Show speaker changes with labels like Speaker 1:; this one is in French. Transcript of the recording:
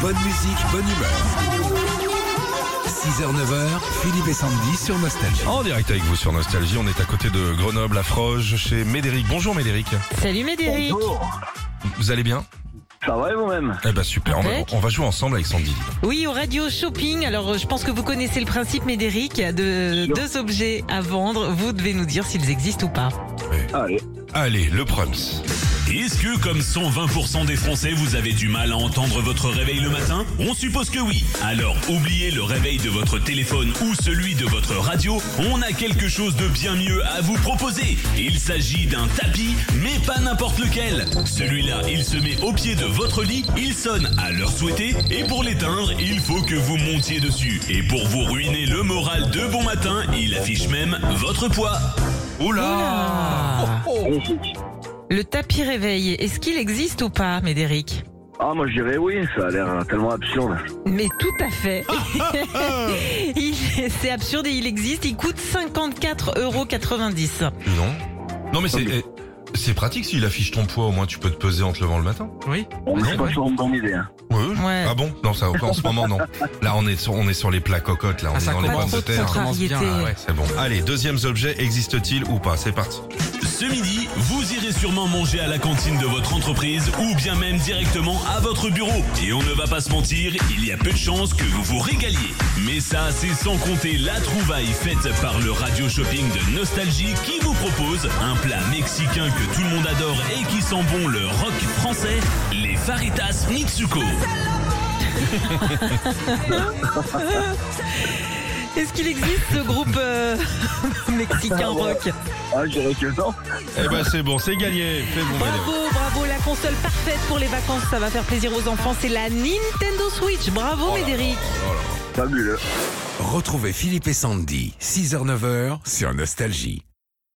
Speaker 1: Bonne musique, bonne humeur. 6h, 9h, Philippe et Sandy sur Nostalgie.
Speaker 2: En direct avec vous sur Nostalgie, on est à côté de Grenoble, à Froge, chez Médéric. Bonjour Médéric.
Speaker 3: Salut Médéric.
Speaker 2: Vous allez bien
Speaker 4: Ça va et vous-même
Speaker 2: Eh ben super, on va,
Speaker 3: Avec
Speaker 2: on va jouer ensemble avec Sandy.
Speaker 3: Oui, au radio shopping. Alors, euh, je pense que vous connaissez le principe, Médéric, Il y a de deux objets à vendre. Vous devez nous dire s'ils existent ou pas.
Speaker 4: Allez.
Speaker 2: Allez, le Prums.
Speaker 5: Est-ce que, comme 120% des Français, vous avez du mal à entendre votre réveil le matin On suppose que oui. Alors oubliez le réveil de votre téléphone ou celui de votre radio. On a quelque chose de bien mieux à vous proposer. Il s'agit d'un tapis, mais pas n'importe lequel. Celui-là, il se met au pied de votre lit, il sonne à l'heure souhaitée, et pour l'éteindre, il faut que vous montiez dessus. Et pour vous ruiner le moral de bon matin, il affiche même votre poids.
Speaker 3: Oula.
Speaker 4: Magnifique.
Speaker 3: Ah. Le tapis réveil, est-ce qu'il existe ou pas, Médéric
Speaker 4: Ah, moi je dirais oui, ça a l'air euh, tellement absurde.
Speaker 3: mais tout à fait. Il- C'est absurde et il existe. Il coûte 54,90 euros.
Speaker 2: Non Non mais c'est
Speaker 4: Ok.
Speaker 2: eh, c'est pratique s'il affiche ton poids, au moins tu peux te peser en te levant le matin.
Speaker 4: On
Speaker 2: Ah,
Speaker 4: n'est pas
Speaker 2: ouais.
Speaker 4: sur une bonne idée. hein.
Speaker 2: Ouais, ouais.
Speaker 3: Ouais.
Speaker 2: Ah bon Non, ça en ce moment non. Là on est sur, on est sur les plats cocottes, là on
Speaker 6: Ah,
Speaker 2: est
Speaker 6: ça
Speaker 2: dans les
Speaker 3: Pas
Speaker 2: pommes
Speaker 3: trop
Speaker 2: de
Speaker 3: de
Speaker 2: terre.
Speaker 3: contrariété.
Speaker 2: C'est bon. Allez, deuxième objet, existe-t-il ou pas C'est parti.
Speaker 5: Ce midi, vous irez sûrement manger à la cantine de votre entreprise ou bien même directement à votre bureau. Et on ne va pas se mentir, il y a peu de chances que vous vous régaliez. Mais ça, c'est sans compter la trouvaille faite par le radio shopping de Nostalgie qui vous propose un plat mexicain que tout le monde adore et qui sent bon le rock français, les Faritas Mitsuko.
Speaker 3: Est-ce qu'il existe ce groupe euh, mexicain rock
Speaker 4: Ah, je dirais que non.
Speaker 2: Eh ben c'est bon, c'est gagné. Fais bon Médéric.
Speaker 3: Bravo, bravo, la console parfaite pour les vacances, ça va faire plaisir aux enfants, c'est la Nintendo Switch. Bravo Médéric.
Speaker 4: Fabuleux.
Speaker 1: Retrouvez Philippe et Sandy, 6h, 9h sur Nostalgie.